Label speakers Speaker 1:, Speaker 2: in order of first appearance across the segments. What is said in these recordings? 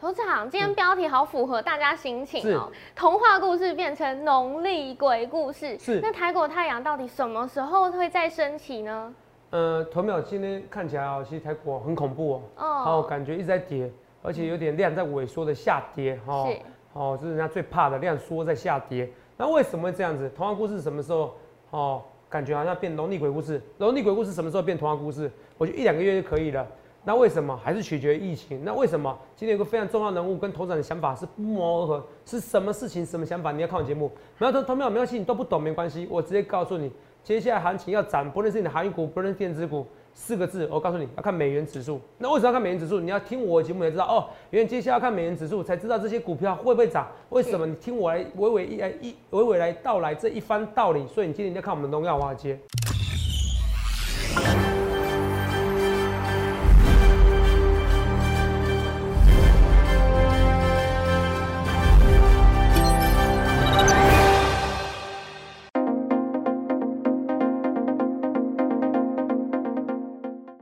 Speaker 1: 首长，今天标题好符合大家心情哦、
Speaker 2: 是
Speaker 1: 童话故事变成农历鬼故事，
Speaker 2: 是
Speaker 1: 那台股太阳到底什么时候会再升起呢？
Speaker 2: 呃，投秒今天看起来哦，其实台股很恐怖哦，
Speaker 1: 哦
Speaker 2: 哦，感觉一直在跌，而且有点量在萎缩的下跌哈，哦
Speaker 1: 是，
Speaker 2: 哦，这是人家最怕的量缩在下跌。那为什么会这样子？童话故事什么时候哦，感觉好像变农历鬼故事？农历鬼故事什么时候变童话故事？我觉得一两个月就可以了。那为什么还是取决于疫情？那为什么今天有个非常重要人物跟头长的想法是不谋而合？是什么事情？什么想法？你要看我节目，没有同同没有没关系，你都不懂没关系，我直接告诉你，接下来行情要涨，不论是你的航运股，不论是电子股，四个字，我告诉你啊要看美元指数。那为什么要看美元指数？你要听我的节目才知道哦。原来接下来要看美元指数，才知道这些股票会不会涨。为什么？你听我来娓娓一来一娓娓来道来这一番道理。所以你今天一定要看我们的农药华尔街。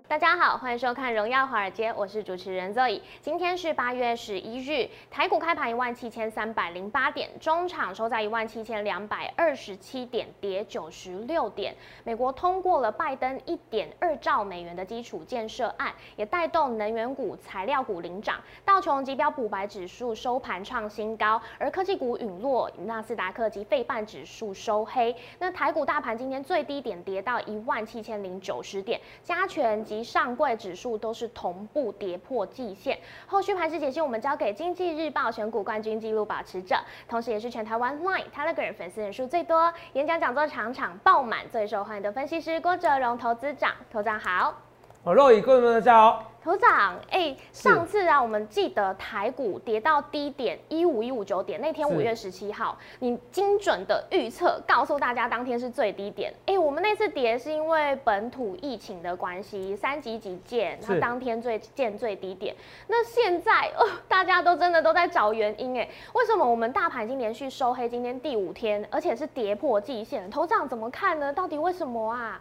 Speaker 1: 大家好，欢迎收看《荣耀华尔街》，我是主持人 Zoe。今天是八月十一日，台股开盘一万七千三百零八点，中场收在一万七千两百二十七点，跌九十六点。美国通过了拜登一点二兆美元的基础建设案，也带动能源股、材料股领涨。道琼及标普白指数收盘创新高，而科技股陨落，纳斯达克及费半指数收黑。那台股大盘今天最低点跌到一万七千零九十点，加权及上柜指数都是同步跌破季线。后续盘势解析，我们交给《经济日报》选股冠军纪录保持者，同时也是全台湾 Line、Telegram 粉丝人数最多、演讲讲座场场爆满、最受欢迎的分析师郭哲荣投资长。投长好。
Speaker 2: 好，肉宇各位们大家好。
Speaker 1: 头长，哎、
Speaker 2: 是
Speaker 1: 上次啊，我们记得台股跌到低点一五一五九点，那天
Speaker 2: 是
Speaker 1: 五月十七号，你精准的预测，告诉大家当天是最低点。哎、我们那次跌是因为本土疫情的关系，三级警戒，然后
Speaker 2: 是
Speaker 1: 当天最见最低点。那现在哦，大家都真的都在找原因，哎，为什么我们大盘已经连续收黑，今天第五天，而且是跌破季线？头长怎么看呢？到底为什么啊？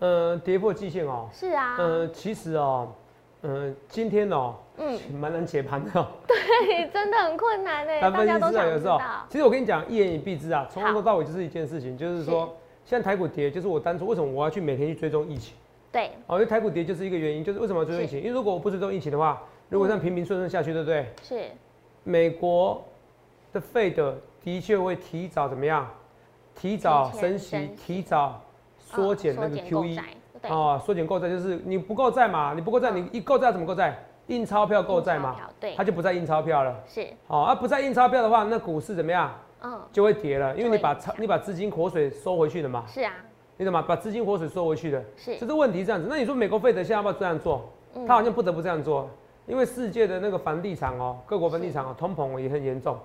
Speaker 2: 呃，跌破季线哦。
Speaker 1: 是啊，
Speaker 2: 呃，其实哦，呃，今天哦，
Speaker 1: 嗯，
Speaker 2: 蛮难解盘的、 哦。
Speaker 1: 嘿真的很困难 哎，
Speaker 2: 但
Speaker 1: 大
Speaker 2: 分析
Speaker 1: 家都
Speaker 2: 师啊，
Speaker 1: 想
Speaker 2: 有
Speaker 1: 知
Speaker 2: 时候
Speaker 1: 道，。
Speaker 2: 其实我跟你讲，一言以蔽之啊，从
Speaker 1: 好
Speaker 2: 头到尾就是一件事情，就是说，现在台股跌，就是我当初为什么我要去每天去追踪疫情。
Speaker 1: 对，
Speaker 2: 哦，因为台股跌就是一个原因，就是为什么要追踪疫情？因为如果我不追踪疫情的话，如果这样平平顺顺下去，对不对？
Speaker 1: 是嗯
Speaker 2: 美国的 Fed 的确会提早怎么样？提早
Speaker 1: 提前
Speaker 2: 升
Speaker 1: 升
Speaker 2: 息
Speaker 1: 息，
Speaker 2: 提早缩减那
Speaker 1: 嗯
Speaker 2: 个
Speaker 1: 缩购
Speaker 2: QE
Speaker 1: 债。对，嗯
Speaker 2: 哦，缩减购债就是你不购债嘛，你不购债，你一购债怎么购债？印钞票哦购债
Speaker 1: 印
Speaker 2: 嘛
Speaker 1: 钞票，对
Speaker 2: 它就不再印钞票了。
Speaker 1: 是，
Speaker 2: 哦，啊，不再印钞票的话，那股市怎么样？
Speaker 1: 嗯，
Speaker 2: 就会跌了，因为你把
Speaker 1: 就会影
Speaker 2: 钞
Speaker 1: 响
Speaker 2: 你把资金活水收回去了嘛，
Speaker 1: 是啊，
Speaker 2: 你懂吗？把资金活水收回去的，
Speaker 1: 是
Speaker 2: 这是问题这样子。那你说美国费德现在要不要这样做？
Speaker 1: 嗯
Speaker 2: 他好像不得不这样做，因为世界的那个房地产哦，各国房地产哦，通膨也很严重。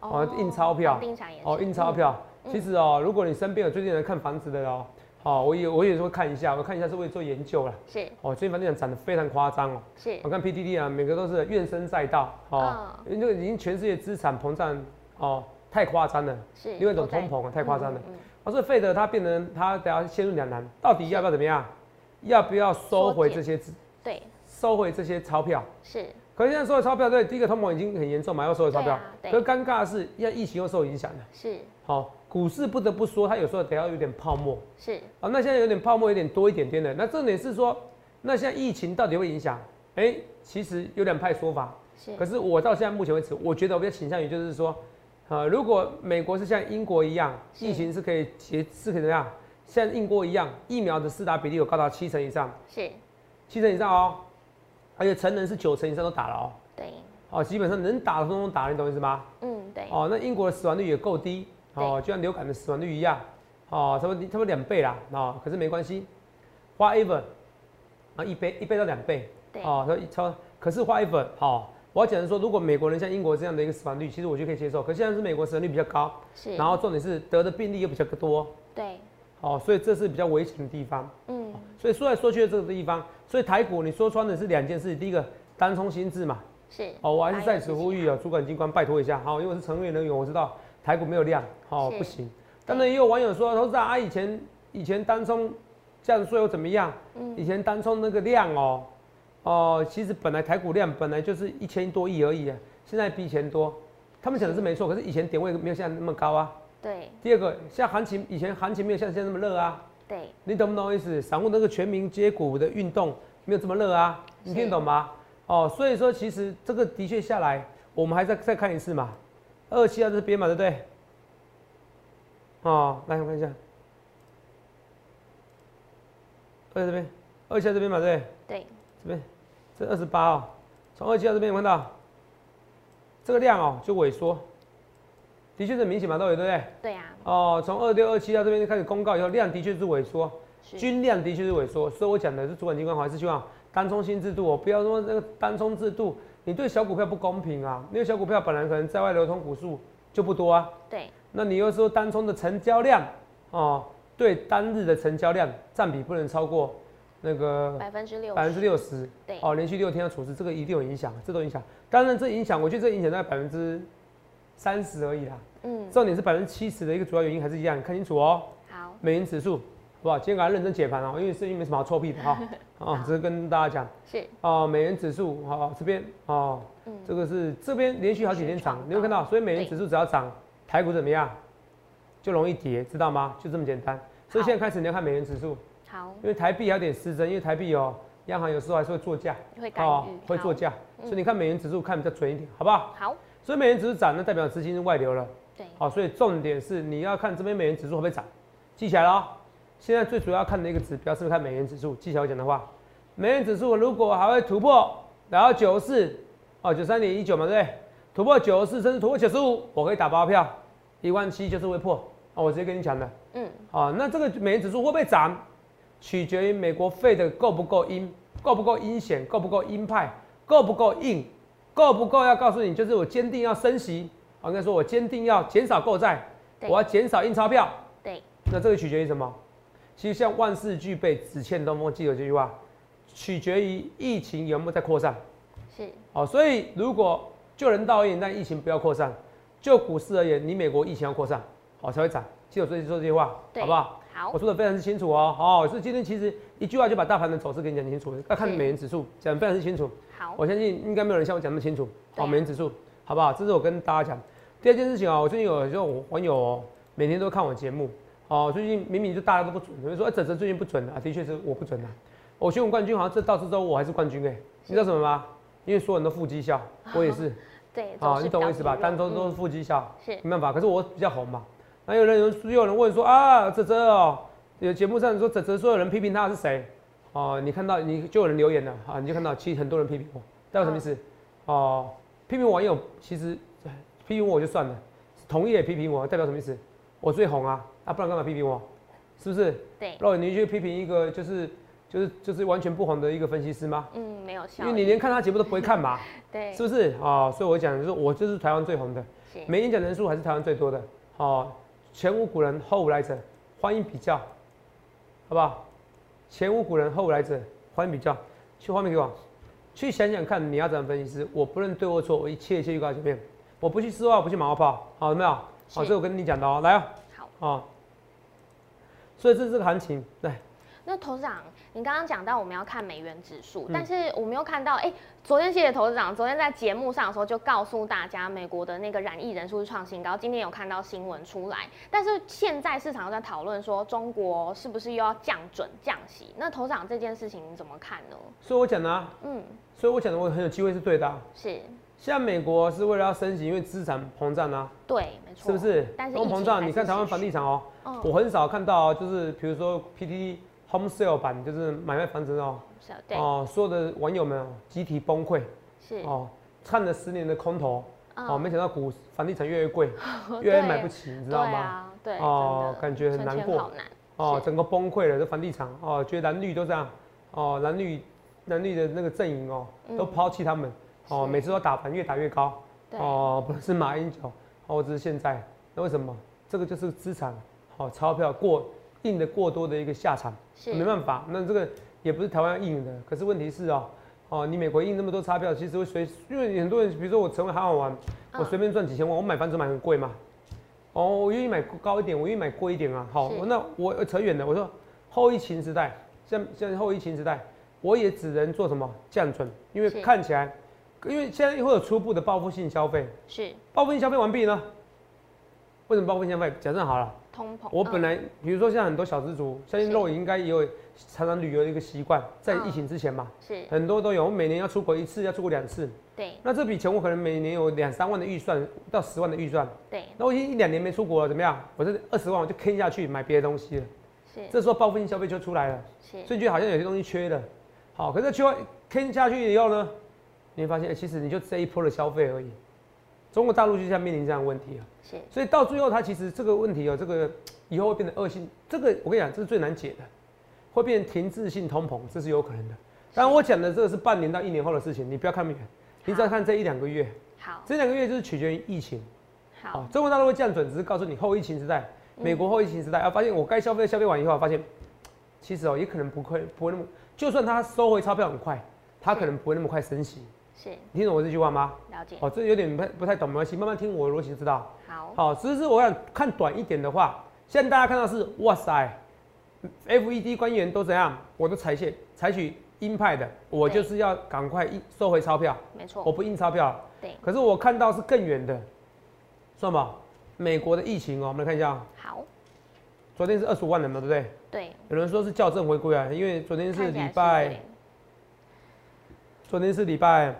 Speaker 2: 哦印钞票
Speaker 1: 房地产也是
Speaker 2: 哦，印钞，票。
Speaker 1: 嗯
Speaker 2: 其实哦，如果你身边有最近有人看房子的哦，哦，我也我也会看一下，我看一下是为做研究啦。
Speaker 1: 嗯是
Speaker 2: 哦，最近房地产涨得非常夸张哦，
Speaker 1: 是
Speaker 2: 我看 PDD 啊，每个都是怨声载道哦，
Speaker 1: 嗯
Speaker 2: 因为这个已经全世界资产膨胀哦，太夸张了。
Speaker 1: 是，
Speaker 2: 另外一种
Speaker 1: 都在
Speaker 2: 通膨啊太夸张了，
Speaker 1: 嗯嗯
Speaker 2: 啊，所以费德它变成它等下陷入两难，到底要不要怎么样？要不要收回这些资
Speaker 1: 嗯对，
Speaker 2: 收回这些钞票？
Speaker 1: 是
Speaker 2: 可是现在收回钞票，对，第一个通膨已经很严重嘛，要收回钞票。
Speaker 1: 对啊对
Speaker 2: 可是尴尬的是，要疫情又受影响了。
Speaker 1: 是
Speaker 2: 好、股市不得不说，它有时候得要有点泡沫。
Speaker 1: 是，
Speaker 2: 好、那现在有点泡沫，有点多一点点的。那重点是说，那现在疫情到底会影响？哎、其实有两派说法。
Speaker 1: 是
Speaker 2: 可是我到现在目前为止，我觉得我比较倾向于就是说，呃，如果美国是像英国一样，
Speaker 1: 是
Speaker 2: 疫情是可以节是可以怎么样？像英国一样，疫苗的施打比例有高达七成以上，
Speaker 1: 是，
Speaker 2: 七成以上哦，而且成人是九成以上都打了哦，
Speaker 1: 对，
Speaker 2: 哦，基本上能打的通通打，你懂我意思吗？
Speaker 1: 嗯对，
Speaker 2: 哦，那英国的死亡率也够低哦，就像流感的死亡率一样，哦，差不多差不多两倍啦，哦，可是没关系，whatever，啊，一倍一倍到两倍，
Speaker 1: 对
Speaker 2: 哦，所以超，可是 whatever，哦，我要讲的是说，如果美国人像英国这样的一个死亡率，其实我就可以接受，可现在是美国死亡率比较高，
Speaker 1: 是，
Speaker 2: 然后重点是得的病例又比较多，
Speaker 1: 对，
Speaker 2: 哦，所以这是比较危险的地方，
Speaker 1: 嗯
Speaker 2: 所以说来说去的这个地方，所以台股你说穿的是两件事，第一个单冲心智嘛，
Speaker 1: 是，
Speaker 2: 哦，我还是
Speaker 1: 白
Speaker 2: 再
Speaker 1: 有
Speaker 2: 次
Speaker 1: 自己
Speaker 2: 呼吁啊，主管机关拜托一下，好、因为我是成员人员，我知道台股没有量，好、
Speaker 1: 是
Speaker 2: 不行。当然也有网友说，投资啊，以前以前单冲降税又怎么样？
Speaker 1: 嗯
Speaker 2: 以前单冲那个量哦，哦，其实本来台股量本来就是一千多亿而已、啊，现在比以前多。他们讲的是没错，可是以前点位没有现在那么高啊。
Speaker 1: 对
Speaker 2: 第二个，现在行情以前行情没有像现在那么热啊，
Speaker 1: 对，
Speaker 2: 你懂不懂我意思？散户那个全民接股的运动没有这么热啊，你
Speaker 1: 是
Speaker 2: 听懂吗？哦，所以说其实这个的确下来，我们还再再看一次嘛。二七二这是编码对不对？哦，来我看一下，二这边，二七二这边嘛对不对，
Speaker 1: 对，
Speaker 2: 这边这二十八哦，从二七二这边有没有看到这个量哦就萎缩，的确是很明显嘛，都有对不对？
Speaker 1: 对啊，
Speaker 2: 哦，从二六二七到这边就开始公告以后，量的确是萎缩，
Speaker 1: 是，
Speaker 2: 均量的确是萎缩，所以我讲的是主管机关还是希望单冲新制度哦，不要说那个单冲制度，你对小股票不公平啊，因为小股票本来可能在外流通股数就不多啊，
Speaker 1: 对，
Speaker 2: 那你又说单冲的成交量哦，对单日的成交量占比不能超过那个
Speaker 1: 百分之六，
Speaker 2: 嗯百分之，六十，
Speaker 1: 对
Speaker 2: 哦，连续六天要处置，这个一定有影响，啊这都影响，当然这影响，我觉得这影响在百分之三十而已啦。
Speaker 1: 嗯，
Speaker 2: 重点是百分之七十的一个主要原因还是一样，你看清楚哦。
Speaker 1: 好，
Speaker 2: 美元指数，好不好？今天给它认真解盘哦，因为最近没什么好臭屁的 哈、哦。啊、只是跟大家讲
Speaker 1: 是，
Speaker 2: 哦，美元指数哦，这边哦，
Speaker 1: 嗯，
Speaker 2: 这个是这边连续好几天涨哦
Speaker 1: 是，
Speaker 2: 你有没有看到？所以美元指数只要涨，台股怎么样？就容易跌，知道吗？就这么简单。所以
Speaker 1: 好
Speaker 2: 现在开始你要看美元指数，
Speaker 1: 好，
Speaker 2: 因为台币还有点失真，因为台币哦，央行有时候还是会做价，啊
Speaker 1: 会干预，
Speaker 2: 哦会做
Speaker 1: 好，
Speaker 2: 价，所以你看美元指数看比较准一点，好不好？
Speaker 1: 好，
Speaker 2: 所以美元指数涨，那代表资金是外流了。
Speaker 1: 对，
Speaker 2: 好，所以重点是你要看这边美元指数会不会涨，记起来了哦。现在最主要看的一个指标是不是看美元指数？记起来我讲的话，美元指数如果还会突破，然后九四哦九三点一九嘛，对不对？突破九四甚至突破九十五，我可以打包票，一万七就是会破哦，我直接跟你讲的。
Speaker 1: 嗯，
Speaker 2: 哦，那这个美元指数会不会涨，取决于美国费的够不够阴，够不够阴险，够不够鹰派，够不够硬，够不够要告诉你，就是我坚定要升息，我跟你说我坚定要减少购债，
Speaker 1: 对
Speaker 2: 我要减少印钞票，
Speaker 1: 对，
Speaker 2: 那这个取决于什么？其实像万事俱备，只欠东风。记得这句话，取决于疫情有没有在扩散。
Speaker 1: 是，
Speaker 2: 好、所以如果就人道而言，但疫情不要扩散；就股市而言，你美国疫情要扩散，好、才会涨。记得我最近说这句话，
Speaker 1: 对
Speaker 2: 好不好？
Speaker 1: 好
Speaker 2: 我，说的非常之清楚哦，哦，所以今天其实一句话就把大盘的走势给你讲清楚了，要看
Speaker 1: 是
Speaker 2: 美元指数讲得非常之清楚，
Speaker 1: 好，
Speaker 2: 我相信应该没有人像我讲那么清楚，
Speaker 1: 对
Speaker 2: 好、
Speaker 1: 啊
Speaker 2: 美元指数，好不好？这是我跟大家讲。第二件事情啊、我最近有时候我网友、哦、每天都看我节目，哦，最近明明就大家都不准，有人说哎，泽、泽最近不准啊，的确是我不准啊，我选我冠军好像这到这周我还是冠军哎、你知道什么吗？因为所有人都腹肌笑，我也是，
Speaker 1: 对，
Speaker 2: 好、
Speaker 1: 总是
Speaker 2: 你
Speaker 1: 比
Speaker 2: 懂
Speaker 1: 较
Speaker 2: 我意思吧？
Speaker 1: 薄弱
Speaker 2: 单周都
Speaker 1: 嗯
Speaker 2: 是腹肌笑。
Speaker 1: 是，
Speaker 2: 没办法，可是我比较红嘛。那有人有有人问说啊，泽泽哦，有节目上说泽泽说有人批评他是谁？哦，你看到你就有人留言了啊，你就看到其实很多人批评我，代表什么意思？哦，批评网友其实哎批评我就算了，同业也批评我，代表什么意思？我最红啊，啊不然干嘛批评我？是不是？
Speaker 1: 对，
Speaker 2: 若你去批评一个就是就是就是完全不红的一个分析师吗？
Speaker 1: 嗯，没有
Speaker 2: 因
Speaker 1: 效益，
Speaker 2: 为你连看他节目都不会看嘛，
Speaker 1: 对，
Speaker 2: 是不是？哦，所以我讲就是我就是台湾最红的。
Speaker 1: 是，
Speaker 2: 每演讲人数还是台湾最多的，哦，前无古人后无来者，欢迎比较，好不好？前无古人后无来者，欢迎比较。去画面给我，去想想看你要怎么分析师，我不论对或错，我一切一切预告前面，我不去丝袜，我不去马后炮，好有没有？好、
Speaker 1: 是
Speaker 2: 这是我跟你讲的哦，来哦，
Speaker 1: 好。
Speaker 2: 哦，所以这是这个行情，来，
Speaker 1: 那投资长，你刚刚讲到我们要看美元指数，
Speaker 2: 嗯
Speaker 1: 但是我们又看到，哎、昨天谢谢投资长，昨天在节目上的时候就告诉大家，美国的那个染疫人数是创新高，今天有看到新闻出来，但是现在市场又在讨论说，中国是不是又要降准降息？那投资长这件事情你怎么看呢？
Speaker 2: 所以我讲的、啊，
Speaker 1: 嗯，
Speaker 2: 所以我讲的我很有机会是对的、啊。
Speaker 1: 是
Speaker 2: 现在美国是为了要升级，因为资产膨胀啊，
Speaker 1: 对，没错，
Speaker 2: 是不是？
Speaker 1: 但是
Speaker 2: 通
Speaker 1: 疫
Speaker 2: 膨
Speaker 1: 情
Speaker 2: 胀，
Speaker 1: 还
Speaker 2: 你
Speaker 1: 是
Speaker 2: 看台湾
Speaker 1: 持
Speaker 2: 房
Speaker 1: 续
Speaker 2: 地产哦，
Speaker 1: 嗯
Speaker 2: 我很少看到，就是比如说 PT Home Sale 版，就是买卖房子哦，
Speaker 1: 是啊对，
Speaker 2: 哦，所有的网友们哦集体崩溃
Speaker 1: 是，
Speaker 2: 哦，看了十年的空头哦，
Speaker 1: 嗯
Speaker 2: 没想到股房地产越来越贵，越 来
Speaker 1: 对
Speaker 2: 越买不起，你知
Speaker 1: 对
Speaker 2: 道吗？
Speaker 1: 啊，对，
Speaker 2: 哦
Speaker 1: 真的
Speaker 2: 感觉很
Speaker 1: 存
Speaker 2: 难
Speaker 1: 钱
Speaker 2: 过
Speaker 1: 好难，
Speaker 2: 哦，
Speaker 1: 是
Speaker 2: 整个崩溃了，这房地产哦，觉得蓝绿都这样哦，蓝绿蓝绿的那个阵营哦，都
Speaker 1: 嗯
Speaker 2: 抛弃他们哦，
Speaker 1: 是
Speaker 2: 每次都打盘越打越高。
Speaker 1: 对，
Speaker 2: 哦，不是马英九，哦，只是现在，那为什么？这个就是资产，好、钞票过印的过多的一个下场，
Speaker 1: 是
Speaker 2: 没办法。那这个也不是台湾印的，可是问题是哦，哦，你美国印那么多钞票，其实会随，因为很多人，比如说我成为好好玩，我
Speaker 1: 嗯
Speaker 2: 随便赚几千万，我买房子买很贵嘛，哦，我愿意买高一点，我愿意买贵一点啊，好、
Speaker 1: 是
Speaker 2: 那我呃扯远了，我说后疫情时代，像像后疫情时代，我也只能做什么降准，因为
Speaker 1: 是
Speaker 2: 看起来因为现在会有初步的报复性消费，
Speaker 1: 是
Speaker 2: 报复性消费完毕呢？为什么报复性消费？假设好了，
Speaker 1: 通膨。
Speaker 2: 我本来比如说像很多小资族，相信
Speaker 1: 哦嗯是
Speaker 2: 肉也应该也有常常旅游的一个习惯，在
Speaker 1: 嗯
Speaker 2: 疫情之前嘛
Speaker 1: 嗯，是
Speaker 2: 很多都有。我每年要出国一次，要出国两次，
Speaker 1: 对
Speaker 2: 那这笔钱我可能每年有两三万的预算到十万的预算，
Speaker 1: 对
Speaker 2: 那我已经一两年没出国了，怎么样？我这二十万我就坑下去买别的东西了，
Speaker 1: 是
Speaker 2: 这时候报复性消费就出来了。
Speaker 1: 是
Speaker 2: 所以觉得好像有些东西缺了。好，可是缺完坑下去以后呢，你会发现、欸其实你就这一波的消费而已。中国大陆就现在面临这样的问题啊，
Speaker 1: 是
Speaker 2: 所以到最后它其实这个问题哦、这个以后会变得恶性。这个我跟你讲，这是最难解的，会变成停滞性通膨，这是有可能的。当然我讲的这个是半年到一年后的事情，你不要看那么远，你只要看这一两个月，
Speaker 1: 好
Speaker 2: 这两个月就是取决于疫情。哦
Speaker 1: 好
Speaker 2: 中国大陆会降准，只是告诉你后疫情时代，美国后疫情时代，啊，发现我该消费的消费完以后，发现其实哦、也可能不会不会那么，就算他收回钞票很快，他可能不会那么快升息。
Speaker 1: 是
Speaker 2: 你听懂我这句话吗？
Speaker 1: 了解
Speaker 2: 哦，这有点不太不太懂，没关系，慢慢听我的逻辑就知道。
Speaker 1: 好
Speaker 2: 好，只是我想看短一点的话，现在大家看到是哇塞，FED 官员都怎样，我都采取采取鹰派的，我
Speaker 1: 对
Speaker 2: 就是要赶快印收回钞票，
Speaker 1: 没
Speaker 2: 我
Speaker 1: 错
Speaker 2: 不印钞票了。
Speaker 1: 对
Speaker 2: 可是我看到是更远的，算吧，美国的疫情哦、我们来看一下哦，
Speaker 1: 好
Speaker 2: 昨天是二十五万人嘛，对不对？
Speaker 1: 对
Speaker 2: 有人说是校正回归啊，因为昨天是
Speaker 1: 看起来
Speaker 2: 礼拜，
Speaker 1: 对
Speaker 2: 昨天是礼拜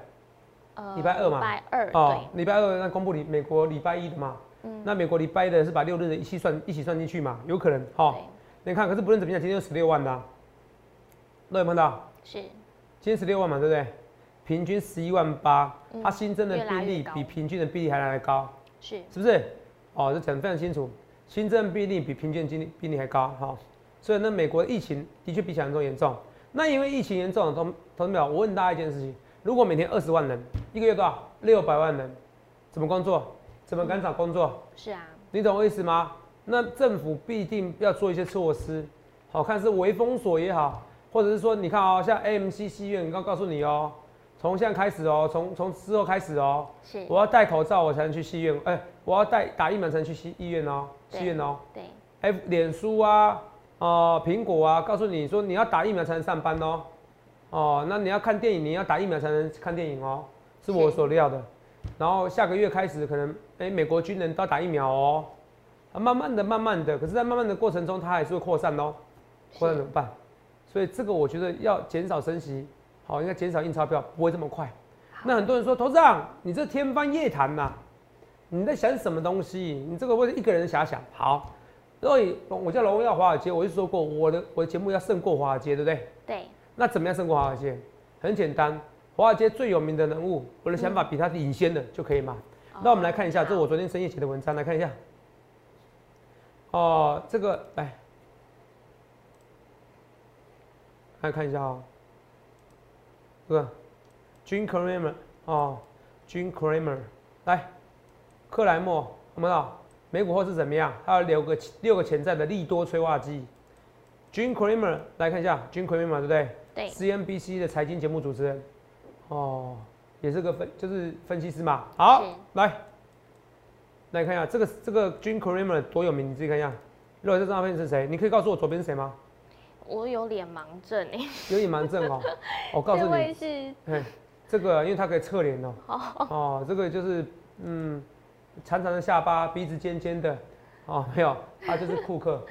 Speaker 1: 呃
Speaker 2: 礼拜二嘛
Speaker 1: 礼拜二
Speaker 2: 哦
Speaker 1: 对，
Speaker 2: 礼拜二那公布礼美国礼拜一的嘛，
Speaker 1: 嗯
Speaker 2: 那美国礼拜一的是把六日的一起算一起算进去嘛，有可能哈、哦。
Speaker 1: 对
Speaker 2: 你看，可是不论怎么样，今天有十六万的、啊，那有没有看到？
Speaker 1: 是
Speaker 2: 今天十六万嘛，对不对？平均十一万八、
Speaker 1: 嗯
Speaker 2: 它新增的
Speaker 1: 越
Speaker 2: 病
Speaker 1: 来越
Speaker 2: 例
Speaker 1: 高
Speaker 2: 比平均的病例还来得高。
Speaker 1: 是
Speaker 2: 是不是？哦，这讲得非常清楚，新增病例比平均病例病例还高哈、所以呢，美国疫情的确比想象中严重。那因为疫情严重，同同志们，我问大家一件事情：如果每天二十万人，一个月多少？六百万人，怎么工作？怎么敢找工作？
Speaker 1: 是啊
Speaker 2: 你懂我意思吗？那政府必定要做一些措施，好看是微封锁也好，或者是说，你看哦，像 AMC 戏院刚告诉你哦，从现在开始哦，从从之后开始哦，
Speaker 1: 是
Speaker 2: 我要戴口罩我才能去戏院，哎、我要戴打疫苗才能去戏医院哦，
Speaker 1: 对
Speaker 2: 戏院哦。
Speaker 1: 对
Speaker 2: 哎，脸书啊，哦、苹果啊，告诉你说你要打疫苗才能上班哦，哦，那你要看电影，你要打疫苗才能看电影哦，是我
Speaker 1: 是
Speaker 2: 所料的。然后下个月开始，可能哎、美国军人都要打疫苗哦，啊，慢慢的，慢慢的，可是，在慢慢的过程中，它还是会扩散哦，扩散
Speaker 1: 是
Speaker 2: 怎么办？所以这个我觉得要减少升息，好，应该减少印钞票，不会这么快。
Speaker 1: 好
Speaker 2: 那很多人说，头长，你这天方夜谭呐、你在想什么东西？你这个为一个人遐想。好，所以我叫荣耀华尔街，我就说过，我的我的节目要胜过华尔街，对不对？
Speaker 1: 对
Speaker 2: 那怎么样胜过华尔街？很简单，华尔街最有名的人物，我的想
Speaker 1: 嗯
Speaker 2: 法比他领先的就可以嘛。
Speaker 1: 哦
Speaker 2: 那我们来看一下，这是我昨天深夜写的文章，来看一下。哦，这个来，来看一下哦，这个 Jim Cramer 哦，Jim Cramer 来，克莱默，我们到美股后市怎么样？还有六个六个潜在的利多催化剂。Jim Cramer 来看一下，Jim Cramer 对不对？
Speaker 1: 对
Speaker 2: CNBC 的财经节目主持人，哦，也是个分就是分析师嘛。好
Speaker 1: 是，
Speaker 2: 来，来看一下这个这个 Jim Cramer 多有名，你自己看一下。如果这张照片是谁？你可以告诉我左边是谁吗？
Speaker 1: 我有脸盲症哎
Speaker 2: 有隐 瞒症哦。我告诉
Speaker 1: 这
Speaker 2: 你，
Speaker 1: 位是
Speaker 2: 嘿这个因为它可以侧脸哦。
Speaker 1: 哦
Speaker 2: 哦，这个就是嗯，长长的下巴，鼻子尖尖的。哦，没有，他就是 库克。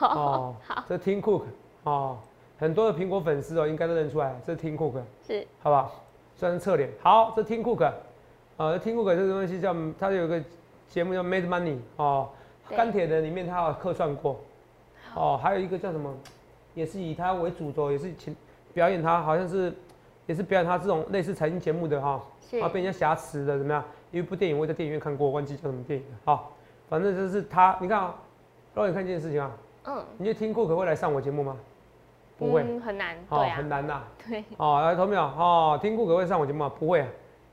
Speaker 2: 哦，这是 Tim Cook。哦，很多的苹果粉丝哦，应该都认出来，这是 Tim Cook。
Speaker 1: 是
Speaker 2: 好不好？虽然是侧脸。好，这 Tim Cook，呃，Tim Cook 这个东西叫，它有个节目叫 Made Money 哦，
Speaker 1: 对
Speaker 2: 钢铁人里面他有客串过，哦，还有一个叫什么，也是以他为主轴，也是请表演他，好像是也是表演他这种类似财经节目的哈，
Speaker 1: 是
Speaker 2: 啊、被人家挟持的怎么样？有一部电影我也在电影院看过，忘记叫什么电影了。好，反正就是他，你看啊、让你看一件事情啊，
Speaker 1: 嗯
Speaker 2: 你觉得 Tim Cook 会来上我节目吗？不会，
Speaker 1: 嗯很难
Speaker 2: 哦
Speaker 1: 对，
Speaker 2: 很
Speaker 1: 啊
Speaker 2: 难呐、
Speaker 1: 对
Speaker 2: 哦，来投票哦，听顾客会上我节目吗？不会、啊，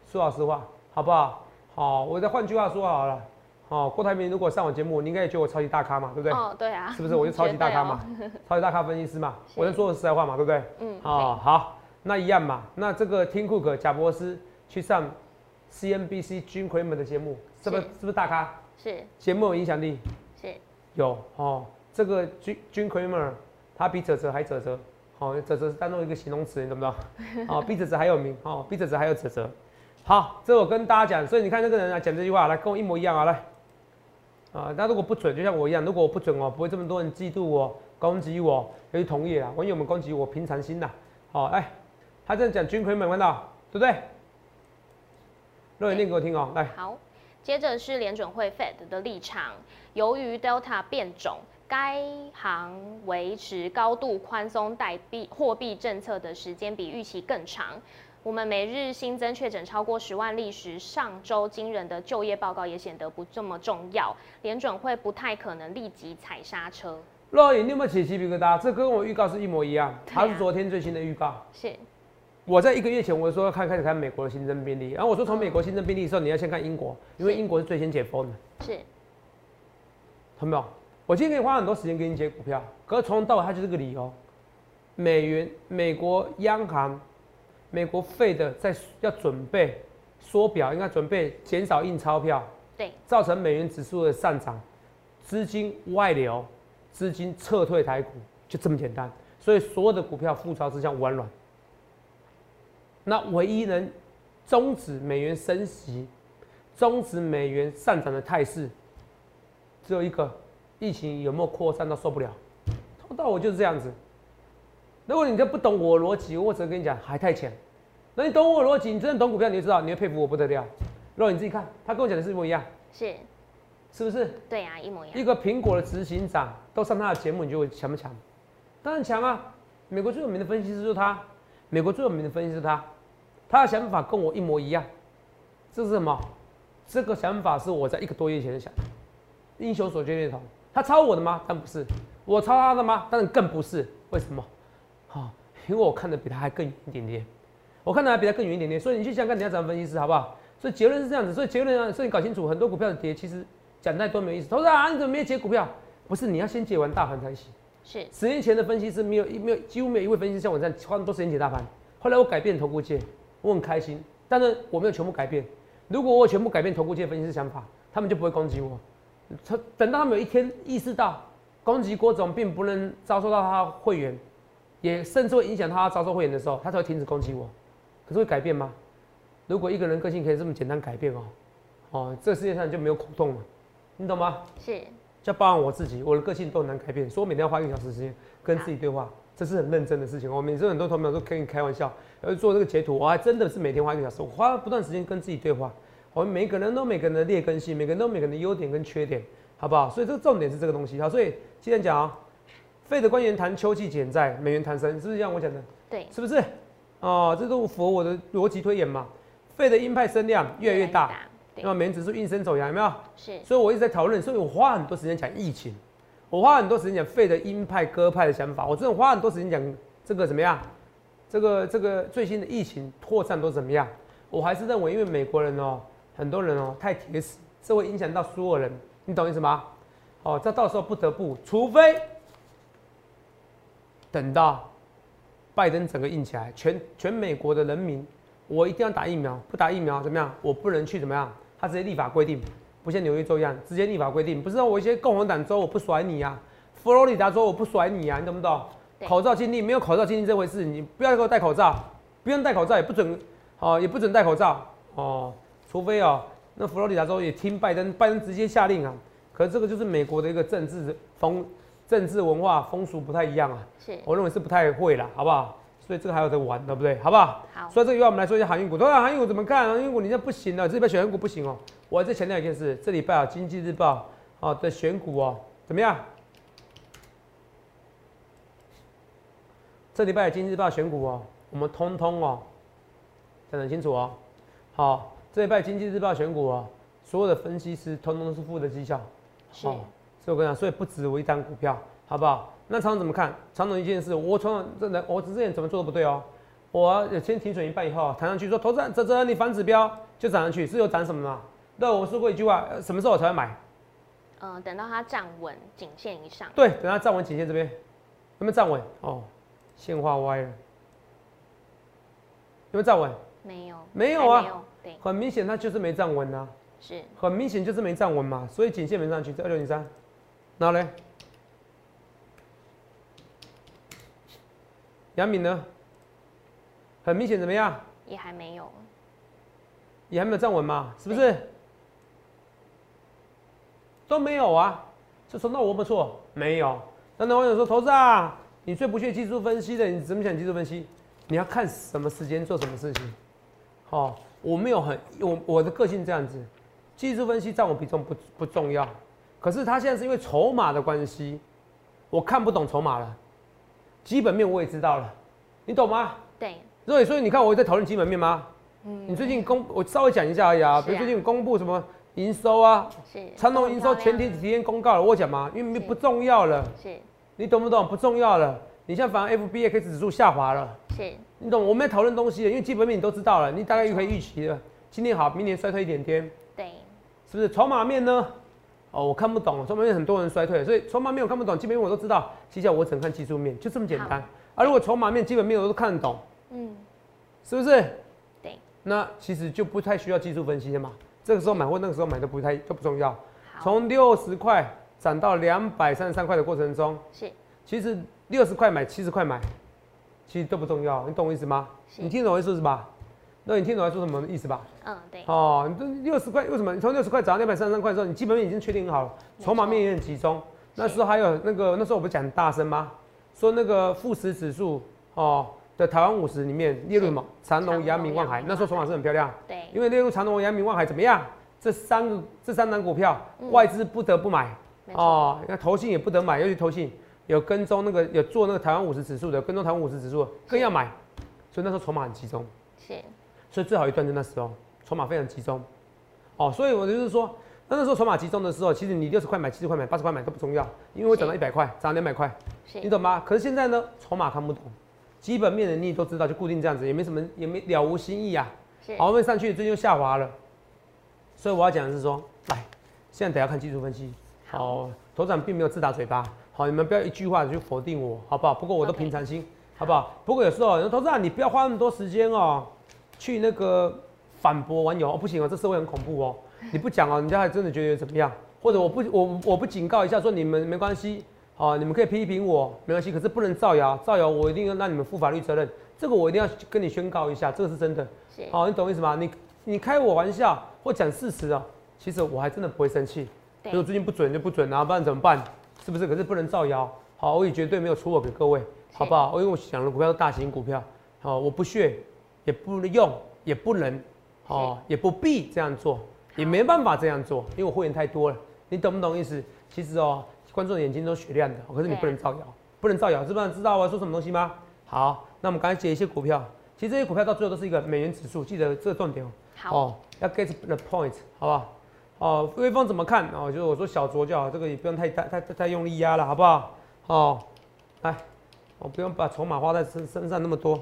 Speaker 2: 说老实话，好不好？好、我再换句话说好了，哦，郭台铭如果上我节目，你应该也觉得我超级大咖嘛，对不对？
Speaker 1: 哦对啊
Speaker 2: 是不是？我就超级大咖嘛
Speaker 1: 绝，哦
Speaker 2: 超级大咖分析师嘛，
Speaker 1: 是
Speaker 2: 我在说实在话嘛，对不对？
Speaker 1: 对哦嗯
Speaker 2: 哦，好，那一样嘛。那这个听顾客贾博士去上 CNBC Jim Cramer 的节目，是不是
Speaker 1: 是
Speaker 2: 是不是大咖？
Speaker 1: 是
Speaker 2: 节目有影响力？
Speaker 1: 是
Speaker 2: 有哦，这个 Jim Jim Cramer 他比泽泽还泽泽，好、哦，泽泽是当做一个形容词，你懂不懂？哦，比泽泽还有名，哦，比泽泽还有泽泽，好，这我跟大家讲，所以你看那个人啊，讲这句话来跟我一模一样啊，来，啊，那如果不准，就像我一样，如果我不准哦，不会这么多人嫉妒我、攻击我，尤其同业啊，网友们攻击我平常心呐、好、哎，他这样讲军魁们看到对不对？肉眼念给我听哦，来，
Speaker 1: 好，接着是联准会 Fed 的立场，由于 Delta 变种。该行维持高度宽松代币货币政策的时间比预期更长。我们每日新增确诊超过十万例时，上周惊人的就业报告也显得不这么重要。联准会不太可能立即踩刹车，
Speaker 2: 肉眼你有没有起鸡皮疙瘩？这跟我预告是一模一样，
Speaker 1: 对啊
Speaker 2: 它是昨天最新的预告。
Speaker 1: 是
Speaker 2: 我在一个月前我说要看开始看美国的新增病例，然后我说从美国新增病例的时候，你要先看英国，因为
Speaker 1: 是
Speaker 2: 英国是最先解封的。
Speaker 1: 是
Speaker 2: 看没有？我今天可以花很多时间给你解股票，可是从头到尾它就是个理由。美元、美国央行、美国费的在要准备缩表，应该准备减少印钞票，
Speaker 1: 对，
Speaker 2: 造成美元指数的上涨，资金外流，资金撤退台股，就这么简单。所以所有的股票覆巢之下无完卵。那唯一能终止美元升息、终止美元上涨的态势，只有一个：疫情有没有扩散到受不了？从到我就是这样子。如果你都不懂我的逻辑，我只能跟你讲还太浅。那你懂我的逻辑，你真的懂股票，你就知道，你会佩服我不得了。然后你自己看，他跟我讲的是一模一样，
Speaker 1: 是，
Speaker 2: 是不是？
Speaker 1: 对啊，一模一样，
Speaker 2: 一个苹果的执行长都上他的节目，你觉得强不强？当然强啊！美国最有名的分析师就是他，美国最有名的分析师是他，他的想法跟我一模一样。这是什么？这个想法是我在一个多月前想的，英雄所见略同。他抄我的吗？但不是。我抄他的吗？当然更不是。为什么？啊、因为我看的比他还更远一点点，我看的还比他更远一点点。所以你去想想看你要怎么分析师好不好？所以结论是这样子。所以结论啊，所以你搞清楚，很多股票的跌其实讲太多没有意思。投资人啊，你怎么没有解股票？不是，你要先解完大盘才行。
Speaker 1: 是
Speaker 2: 十年前的分析师没有一没有几乎没有一位分析师像我这样花那么多时间解大盘。后来我改变投顾界，我很开心。但是我没有全部改变。如果我全部改变投顾界分析师想法，他们就不会攻击我。他等到他们有一天意识到攻击郭总并不能遭受到他的会员，也甚至会影响他遭受会员的时候，他才会停止攻击我。可是会改变吗？如果一个人个性可以这么简单改变哦，哦，这世界上就没有苦痛了，你懂吗？
Speaker 1: 是，
Speaker 2: 就包含我自己，我的个性都很难改变，所以我每天要花一个小时时间跟自己对话，这是很认真的事情。我每次很多同朋友都跟你开玩笑，然后做这个截图，我还真的是每天花一个小时，我花不断时间跟自己对话。我们每个人都有每个人的劣根性，每个人都有每个人的优点跟缺点，好不好？所以这个重点是这个东西。好，所以今天讲啊、费的官员谈秋季减债，美元谈升，是不是像我讲的？
Speaker 1: 对，
Speaker 2: 是不是？哦，这都符合我的逻辑推演嘛。费的鹰派声量越来越大，，哦
Speaker 1: 对
Speaker 2: 那，么美元指数应声走阳，有没有？
Speaker 1: 是
Speaker 2: 所以我一直在讨论，所以我花很多时间讲疫情，我花很多时间讲废的鹰派鸽派的想法，我真的花很多时间讲这个怎么样，这个这个最新的疫情扩散都怎么样，我还是认为，因为美国人哦，很多人哦太铁死，这会影响到所有人，你懂意思吗？哦，这到时候不得不，除非等到拜登整个硬起来，全全美国的人民，我一定要打疫苗，不打疫苗怎么样？我不能去怎么样？他直接立法规定，不像纽约州一样，直接立法规定，不是让我一些共和党州我不甩你啊，佛罗里达州我不甩你啊，你懂不懂？
Speaker 1: 对
Speaker 2: 口罩禁令没有口罩禁令这回事，你不要给我戴口罩，不用戴口罩也不准，哦也不准戴口罩哦，除非哦，那佛罗里达州也听拜登，拜登直接下令啊。可是这个就是美国的一个政治风、政治文化风俗不太一样啊。
Speaker 1: 是，
Speaker 2: 我认为是不太会啦，好不好？所以这个还有得玩，对不对？好不好？
Speaker 1: 好，
Speaker 2: 所以这个以外，我们来说一下航运股。当然，航运股怎么看？航运股你这不行了，这礼拜选股不行哦。我再强调一件事，这礼拜啊，《经济日报》啊的选股哦，怎么样？这礼拜的《经济日报》选股哦，我们通通哦，讲得很清楚哦。好，这礼拜《经济日报》选股哦，所有的分析师通通是负的绩效。
Speaker 1: 是
Speaker 2: 哦，所以我跟你讲，所以不止我一单股票，好不好？那常总怎么看？常总一件事，我常常真的，我之前怎么做都不对哦。我先停损一半以后，啊弹上去说，投资人泽泽，你反指标就涨上去，是有涨什么嘛？那我说过一句话，呃什么时候我才会买？
Speaker 1: 嗯，等到它站稳颈线以上，
Speaker 2: 对，等它站稳颈线这边，有没有站稳？哦，线画歪了，有没有站稳？
Speaker 1: 没有，
Speaker 2: 没有
Speaker 1: 还
Speaker 2: 啊
Speaker 1: 没有，对，
Speaker 2: 很明显，它就是没站稳啊。
Speaker 1: 是
Speaker 2: 很明显就是没站稳嘛，所以颈线没上去，这二六零三，然后嘞，杨敏呢，很明显怎么样？
Speaker 1: 也还没有，
Speaker 2: 也还没有站稳嘛，是不是？都没有啊，就说那我没错，没有。那那网友说，投资啊，你最不屑技术分析的，你怎么讲技术分析？你要看什么时间做什么事情。好、我没有很我我的个性这样子，技术分析占我比重不不重要，可是他现在是因为筹码的关系，我看不懂筹码了，基本面我也知道了，你懂吗？
Speaker 1: 对，
Speaker 2: 所以所以你看我在讨论基本面吗？你
Speaker 1: 嗯，
Speaker 2: 最近公我稍微讲一下而已啊，
Speaker 1: 是啊
Speaker 2: 比如最近公布什么营收啊，
Speaker 1: 是
Speaker 2: 长隆营收前提几天公告了，我有讲嘛，因为
Speaker 1: 是
Speaker 2: 不重要了，
Speaker 1: 是
Speaker 2: 你懂不懂？不重要了，你像反而 F B A K 指数下滑了。
Speaker 1: 是
Speaker 2: 你懂，我们在讨论东西了，因为基本面你都知道了，你大概可以预期了。今天好，明年衰退一点点，
Speaker 1: 对，
Speaker 2: 是不是？筹码面呢？哦，我看不懂，筹码面很多人衰退，所以筹码面我看不懂，基本面我都知道。接下来我只能看技术面，就这么简单。啊，如果筹码面、基本面我都看得懂，
Speaker 1: 嗯，
Speaker 2: 是不是？
Speaker 1: 对，
Speaker 2: 那其实就不太需要技术分析了嘛。这个时候买或那个时候买都不太都不重要。
Speaker 1: 好，
Speaker 2: 从六十块涨到两百三十三块的过程中，
Speaker 1: 是
Speaker 2: 其实六十块买、七十块买，其实都不重要，你懂我意思吗？
Speaker 1: 是
Speaker 2: 你听懂我意思是吧？那你听懂我在说什么意思吧？
Speaker 1: 嗯对，
Speaker 2: 哦，你这六十块为什么？你从六十块涨到两百三十三块的时候，你基本面已经确定很好了，
Speaker 1: 没错
Speaker 2: 筹码面也很集中。那时候还有那个那时候我不是讲很大声吗？说那个富时指数哦的台湾五十里面列入什么长
Speaker 1: 长
Speaker 2: 隆、
Speaker 1: 荣
Speaker 2: 阳明、万海
Speaker 1: 阳，明
Speaker 2: 那时候筹码是很漂亮，
Speaker 1: 对
Speaker 2: 因为列入长隆、阳明、万海怎么样？这三个这三档股票
Speaker 1: 嗯
Speaker 2: 外资不得不买。
Speaker 1: 没错，
Speaker 2: 哦，那投信也不得买，尤其投信有跟踪那个有做那个台湾五十指数的，跟踪台湾五十指数的更要买，所以那时候筹码很集中，
Speaker 1: 是
Speaker 2: 所以最好一段就那时候筹码非常集中。哦，所以我就是说，那那时候筹码集中的时候，其实你六十块买、七十块买、八十块买都不重要，因为我涨到一百块，涨两百块，你
Speaker 1: 是
Speaker 2: 懂吗？可是现在呢，筹码看不懂，基本面的你都知道，就固定这样子，也没什么，也没了无新意啊。
Speaker 1: 是
Speaker 2: 好，我们上去最近又下滑了，所以我要讲的是说，来，现在等一下看技术分析。好，头长并没有自打嘴巴。好，你们不要一句话就否定我，好不好？不过我都
Speaker 1: OK
Speaker 2: 平常心好不好？不过有时候，头长你不要花那么多时间哦，去那个反驳网友哦，不行哦，这社会很恐怖哦，你不讲哦，人家还真的觉得怎么样？或者我不我我不警告一下说你们没关系，好、你们可以批评我没关系，可是不能造谣，造谣我一定要让你们负法律责任，这个我一定要跟你宣告一下，这个是真的。
Speaker 1: 是
Speaker 2: 好、你懂我意思吗？你你开我玩笑或讲事实啊，其实我还真的不会生气。如果
Speaker 1: 对，
Speaker 2: 最近不准就不准啊，不然怎么办？是不是？可是不能造谣。好，我也绝对没有出我给各位，好不好？因为我想的股票都大型股票，好，我不屑，也不用，也不能，哦，也不必这样做，也没办法这样做，因为我会员太多了。你懂不懂意思？其实哦，观众的眼睛都雪亮的，哦可是你
Speaker 1: 对啊
Speaker 2: 不能造谣，不能造谣，知不知道我啊要说什么东西吗？好，那我们刚才解一些股票，其实这些股票到最后都是一个美元指数，记得这个重点哦。
Speaker 1: 好，
Speaker 2: 哦，要 get the point，好不好？哦，微风怎么看？哦，就是我说小酌就好，这个也不用太太太太太用力压了，好不好？哦，来，我不用把筹码花在身身上那么多。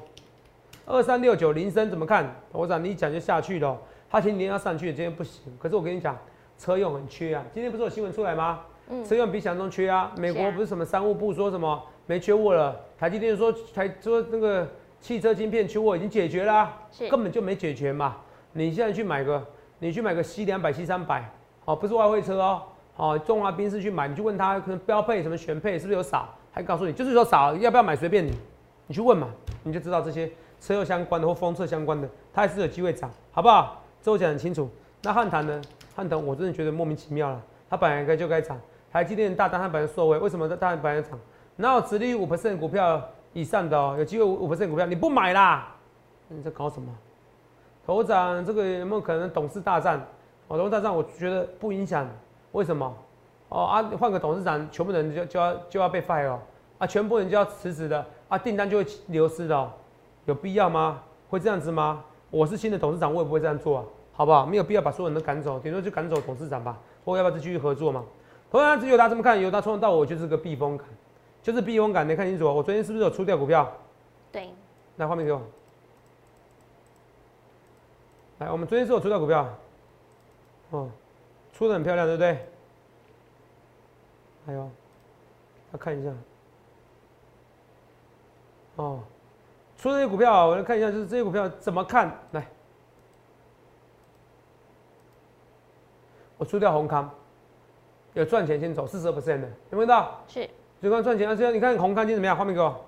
Speaker 2: 二三六九铃声怎么看？我长你一讲就下去了哦，它前几天要上去，今天不行。可是我跟你讲，车用很缺啊，今天不是有新闻出来吗？
Speaker 1: 嗯
Speaker 2: 车用比想象中缺啊。美
Speaker 1: 是
Speaker 2: 国
Speaker 1: 啊
Speaker 2: 不是什么商务部说什么没缺货了，台积电说台说那个汽车晶片缺货已经解决啦、
Speaker 1: 是
Speaker 2: 根本就没解决嘛。你现在去买个，你去买个 C 两百、C 三百，哦，不是外汇车哦，哦，中华宾士去买，你去问他可能标配什么选配是不是有少，他告诉你就是有少，要不要买随便你，你去问嘛，你就知道这些车又相关的或风车相关的，它还是有机会涨，好不好？这我讲得很清楚。那汉唐呢？汉唐我真的觉得莫名其妙了，它本来该就该涨，台积电的大单它本来受惠，为什么大单本来涨？哪有殖利率五 percent 股票以上的哦，有机会五 percent 股票你不买啦？你在搞什么？头长，这个有没有可能董事大战？哦，董事大战我觉得不影响，为什么？哦啊，换个董事长，全部人就就要就要被 fire 哦，啊，全部人就要辞职的，啊，订单就会流失的、哦，有必要吗？会这样子吗？我是新的董事长，我也不会这样做啊，好不好？没有必要把所有人都赶走，顶多就赶走董事长吧，或要不要再继续合作嘛？同样，友达怎么看？友达从头到尾就是个避风港，就是避风港，你看清楚哦，我昨天是不是有出掉股票？
Speaker 1: 对，
Speaker 2: 来，画面给我。来，我们昨天是有出到股票，哦，出的很漂亮，对不对？还有，要看一下，哦，出这些股票，我来看一下，就是这些股票怎么看？来，我出掉宏康，有赚钱先走，四十 percent 的，有没有看到？
Speaker 1: 是
Speaker 2: 就看赚钱，而且你看红康金怎么样？画面给我。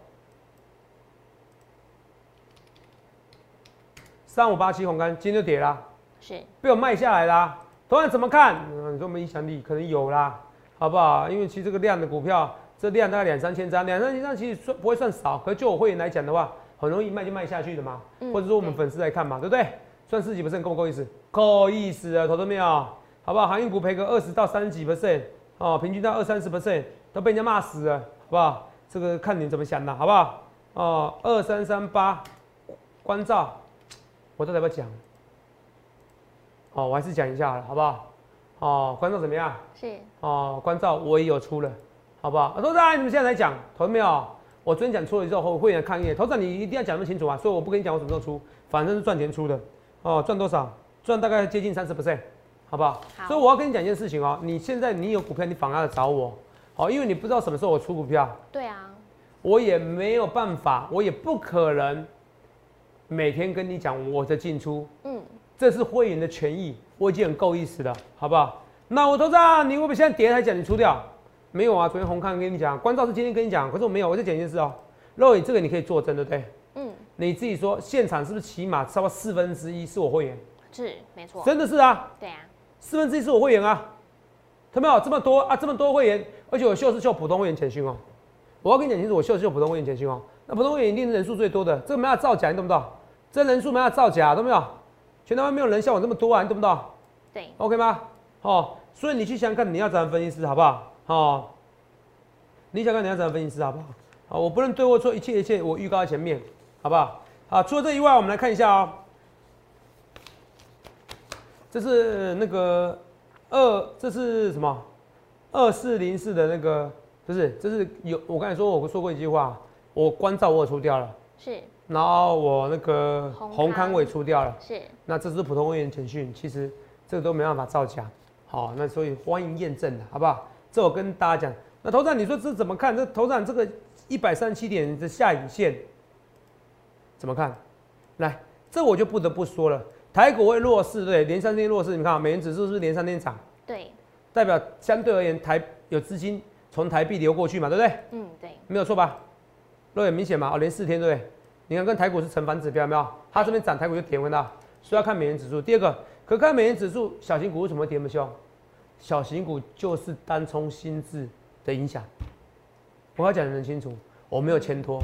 Speaker 2: 三五八七红康今天就跌啦，
Speaker 1: 是
Speaker 2: 被我卖下来啦。同样怎么看？嗯、你说没影响力，可能有啦，好不好？因为其实这个量的股票，这量大概两三千张，两三千张其实算不会算少，可就我会员来讲的话，很容易卖就卖下去的嘛，
Speaker 1: 嗯
Speaker 2: 或者说我们粉丝来看嘛，对不对？算四十几 percent 够不够意思？够意思啊，投资没有？好不好？航运股赔个二十到三十几 percent 哦，平均到二三十 percent 都被人家骂死了，好不好？这个看你怎么想啦，好不好？哦，二三三八，关照，我到底要不要讲？哦，我还是讲一下了，好不好？哦，关照怎么样？
Speaker 1: 是，
Speaker 2: 哦，关照我也有出了，好不好？啊、董事长，你怎么现在才讲？投资没有？我昨天讲错了之后，会员抗议。投资长，你一定要讲那么清楚啊！所以我不跟你讲我什么时候出，反正是赚钱出的。哦，赚多少？赚大概接近三十 percent，好不好？
Speaker 1: 好
Speaker 2: 所以我要跟你讲一件事情哦，你现在你有股票，你反而来找我，哦，因为你不知道什么时候我出股票，
Speaker 1: 对啊，
Speaker 2: 我也没有办法，我也不可能每天跟你讲我的进出，
Speaker 1: 嗯，
Speaker 2: 这是会员的权益，我已经很够意思了，好不好？那我头上你会不会现在跌还讲你出掉？没有啊，昨天红康跟你讲，关照是今天跟你讲，可是我没有，我在讲一件事哦。肉眼这个你可以作证，对不对？
Speaker 1: 嗯，
Speaker 2: 你自己说，现场是不是起码超过四分之一是我会员？
Speaker 1: 是没错，
Speaker 2: 真的是啊，
Speaker 1: 对啊，
Speaker 2: 四分之一是我会员啊，有没有这么多啊？这么多会员，而且我秀是秀普通会员简讯哦。我要跟你讲清楚，我秀是秀普通会员简讯哦。那普通会员一定是人数最多的，这个没法造假，你懂不懂？这人数没法造假，懂没有？全台湾没有人像我这么多啊，你懂不懂？
Speaker 1: 对，
Speaker 2: OK 吗？哦，所以你去想想看你要怎样分析师好不好？哦，你想看你要怎样分析师好不好？好，我不能对或错，一切一切我预告在前面，好不好？好，除了这以外，我们来看一下哦。这是那个二，这是什么？二四零四的那个，不是，这是有我刚才说我说过一句话，我关照我也出掉了，
Speaker 1: 是
Speaker 2: 然后我那个
Speaker 1: 红
Speaker 2: 红康
Speaker 1: 康
Speaker 2: 我也出掉了。
Speaker 1: 是，
Speaker 2: 那这是普通会员简讯，其实这个都没办法造假。好，那所以欢迎验证的，好不好？这我跟大家讲。那头长，你说这怎么看？这头长这个一百三十七点的下影线怎么看？来，这我就不得不说了，台股会弱势，对，连三天弱势。你看啊，美元指数是不是连三天涨？
Speaker 1: 对，
Speaker 2: 代表相对而言台有资金从台币流过去嘛，对不对？
Speaker 1: 嗯，对，
Speaker 2: 没有错吧？肉眼明显嘛，哦，连四天对不对？你看跟台股是成反指标，有没有？它这边涨，台股就跌，有没有看到？所以要看美元指数。第二个，可看美元指数，小型股为什么会跌那么凶？小型股就是单冲心智的影响。我要讲得很清楚，我没有牵拖，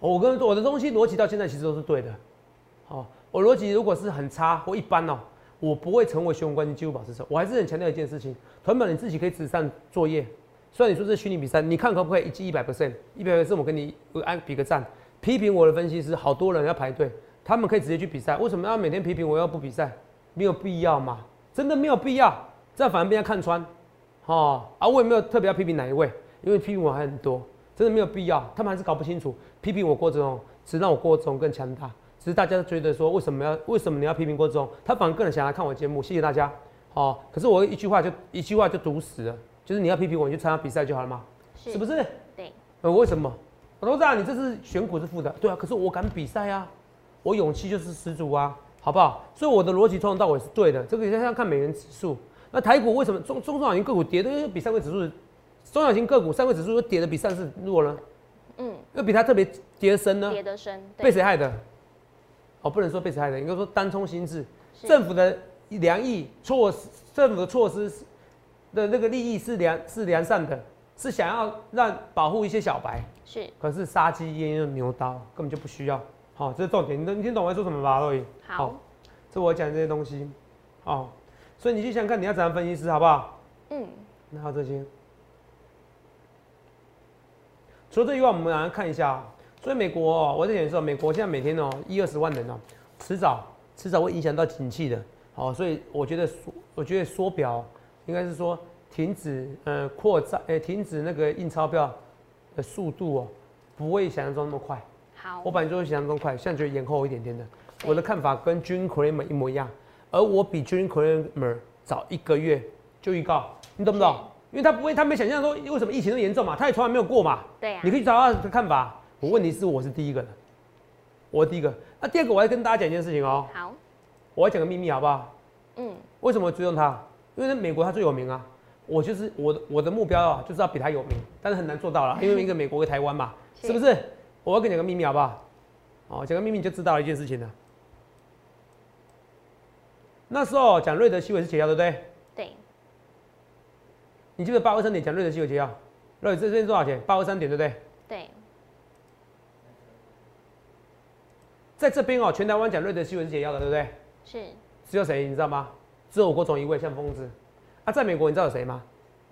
Speaker 2: 我跟我的东西逻辑到现在其实都是对的。好、我逻辑如果是很差或一般哦，我不会成为雄关纪录保持者。我还是很强调一件事情，团本你自己可以纸上作业。虽然你说这是虚拟比赛，你看可不可以一记一百 percent？一百 percent 我跟你我按比个赞。批评我的分析师，好多人要排队，他们可以直接去比赛，为什么要每天批评我要不比赛？没有必要嘛，真的没有必要，这样反而被人家看穿。哦，啊，我也没有特别要批评哪一位，因为批评我还很多，真的没有必要。他们还是搞不清楚，批评我郭志宏，只让我郭志宏更强大。只是大家觉得说，为什么要为什么你要批评郭志宏？他反而更想来看我节目，谢谢大家。哦，可是我一句话就一句话就毒死了，就是你要批评我，你去参加比赛就好了嘛，
Speaker 1: 是，
Speaker 2: 是不？是？
Speaker 1: 对，
Speaker 2: 呃，为什么？我都知道你这次选股是负的，对啊，可是我敢比赛啊，我勇气就是十足啊，好不好？所以我的逻辑从头到尾是对的。这个现在要看美元指数，那台股为什么中中小型个股跌的又比上柜指数，中小型个股上柜指数又跌的比上市弱呢？
Speaker 1: 嗯，
Speaker 2: 又比它特别跌深呢？
Speaker 1: 跌得深，
Speaker 2: 被
Speaker 1: 对，
Speaker 2: 谁害的？哦，不能说被谁害的，应该说单冲心智。
Speaker 1: 是
Speaker 2: 政府的良意措施，政府的措施是的那个利益是良是良善的，是想要让保护一些小白。
Speaker 1: 是，
Speaker 2: 可是杀鸡焉用牛刀，根本就不需要。好、这是重点，你能你听懂我在说什么吧，洛伊？
Speaker 1: 好，
Speaker 2: 这我讲这些东西，哦，所以你去想想看你要怎样分析师好不好？
Speaker 1: 嗯，
Speaker 2: 那还有这些，除了这以外，我们来看一下、哦。所以美国、哦，我在讲说，美国现在每天哦一二十万人哦，迟早迟早会影响到景气的。好、所以我觉得缩，我觉得缩表应该是说停止呃扩张，呃停止那个印钞票的速度哦，不会想象中那么快。
Speaker 1: 好
Speaker 2: 我，本来就是想象中快，现在觉得延后一点点的。
Speaker 1: 对
Speaker 2: 我的看法跟 June Cramer 一模一样，而我比 June Cramer 早一个月就预告，你懂不懂
Speaker 1: 是？
Speaker 2: 因为他不会，他没想象说为什么疫情那么严重嘛，他也从来没有过嘛。
Speaker 1: 对啊
Speaker 2: 你，可以去找他的看法。我问题是我是第一个的，我第一个。那第二个我要跟大家讲一件事情哦、
Speaker 1: 好，
Speaker 2: 我要讲个秘密好不好？
Speaker 1: 嗯，
Speaker 2: 为什么追踪他？因为在美国他最有名啊。我就是我的我的目标啊，就是要比他有名，但是很难做到了，因为一个美国，一个台湾嘛，
Speaker 1: 是
Speaker 2: 是不是？我要跟你讲个秘密好不好？哦，讲个秘密你就知道了一件事情了。那时候讲瑞德西韦是解药，对不对？
Speaker 1: 对，
Speaker 2: 你记不记得八二三点讲瑞德西韦解药？瑞这边多少钱？八二三点，对不对？
Speaker 1: 对，
Speaker 2: 在这边哦，全台湾讲瑞德西韦是解药的，对不对？
Speaker 1: 是，
Speaker 2: 只有谁你知道吗？只有我国总一位像疯子。啊，在美国你知道有谁吗？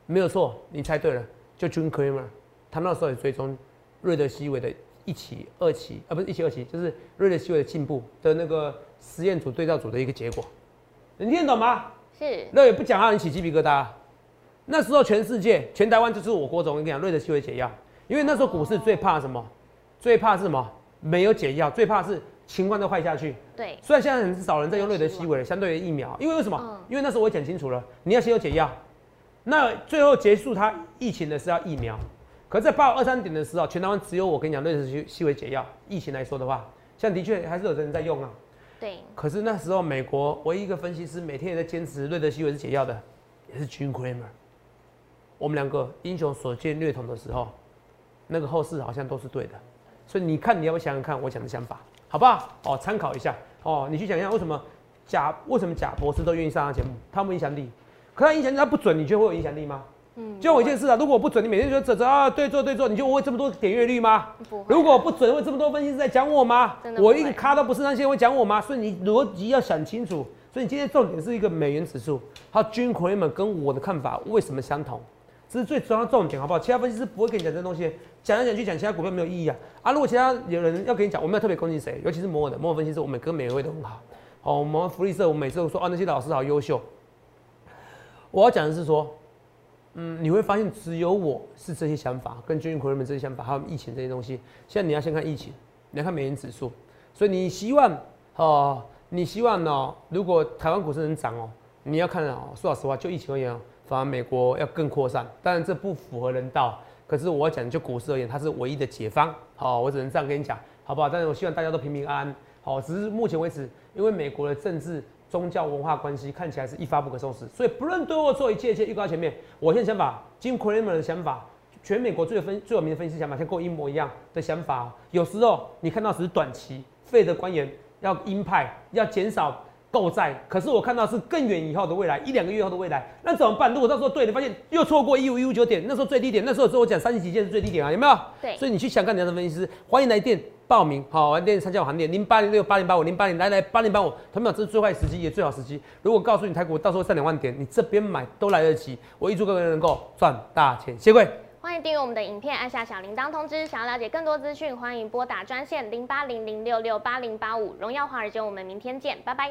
Speaker 2: 没有错，你猜对了，就 June Cramer，他那时候也追踪瑞德西韦的一期、二期，啊，不是一期、二期，就是瑞德西韦的进步的那个实验组对照组的一个结果。你听得懂吗？
Speaker 1: 是，
Speaker 2: 那也不讲让你起鸡皮疙瘩、啊那时候全世界、全台湾就是我郭总跟你讲瑞德西韦解药，因为那时候股市最怕什么？最怕是什么？没有解药，最怕是情况都坏下去。
Speaker 1: 对，
Speaker 2: 虽然现在很少人在用瑞德西韦了，相对于疫苗，因为为什么？
Speaker 1: 嗯
Speaker 2: 因为那时候我也讲清楚了，你要先有解药，那最后结束它疫情的是要疫苗。可在八二三点的时候，全台湾只有我跟你讲瑞德西西韦解药，疫情来说的话，像的确还是有人在用啊。
Speaker 1: 对，
Speaker 2: 可是那时候美国唯一一个分析师每天也在坚持瑞德西韦是解药的，也是 Jim Cramer。我们两个英雄所见略同的时候，那个后世好像都是对的。所以你看，你要不要想想看我讲的想法，好不好？哦，参考一下哦，你去想一下为什么贾为什么贾博士都愿意上他节目，他们影响力，可他影响力他不准，你觉得会有影响力吗？
Speaker 1: 嗯，
Speaker 2: 就我一件事啊，如果我不准，你每天就指责啊，对做对做，你就会这么多点阅率吗？
Speaker 1: 不会，
Speaker 2: 如果不准，会这么多分析师在讲我吗
Speaker 1: 真？的不
Speaker 2: 我
Speaker 1: 会
Speaker 2: 一个咖都不是，那些人会讲我吗？所以你逻辑要想清楚。所以你今天重点是一个美元指数，还有均朋友们跟我的看法为什么相同，这是最重要的重点，好不好？其他分析师不会跟你讲这东西，讲来讲去讲其他股票没有意义啊。啊，如果其他有人要跟你讲，我们要特别恭喜谁，尤其是摩尔的摩尔分析师，我们跟每一位都很好。哦，我们福利社，我每次都说啊，那些老师好优秀。我要讲的是说，嗯，你会发现只有我是这些想法，跟军运朋友们这些想法，还有疫情这些东西。现在你要先看疫情，你要看美元指数，所以你希望哦，你希望哦，如果台湾股市能涨哦，你要看哦，说老实话，就疫情而言哦，反而美国要更扩散，当然这不符合人道，可是我要讲就股市而言，它是唯一的解方，好、我只能这样跟你讲，好不好？但是我希望大家都平平安安，好、只是目前为止，因为美国的政治。宗教文化关系看起来是一发不可收拾，所以不论对或错，一切一切预告在前面。我现在想法，Jim Cramer 的想法，全美国最有分最有名的分析师想法，像跟我一模一样的想法哦、有时候你看到只是短期，费的官员要鹰派，要减少购债，可是我看到是更远以后的未来，一两个月后的未来，那怎么办？如果到时候对了，发现又错过一五一五九点，那时候最低点，那时候只有我讲三级极限是最低点啊，有没有？
Speaker 1: 对
Speaker 2: 所以你去想看你要的分析师，欢迎来电报名，好，来电参加我行列零八零六八零八五零八零，来来八零八五，同秒这是最坏时机，也最好时机。如果告诉你台股到时候上两万点，你这边买都来得及，我预祝各位能够赚大钱，谢谢。
Speaker 1: 欢迎订阅我们的影片，按下小铃铛通知。想要了解更多资讯，欢迎拨打专线零八零零六六八零八五。荣耀华尔街，我们明天见，拜拜。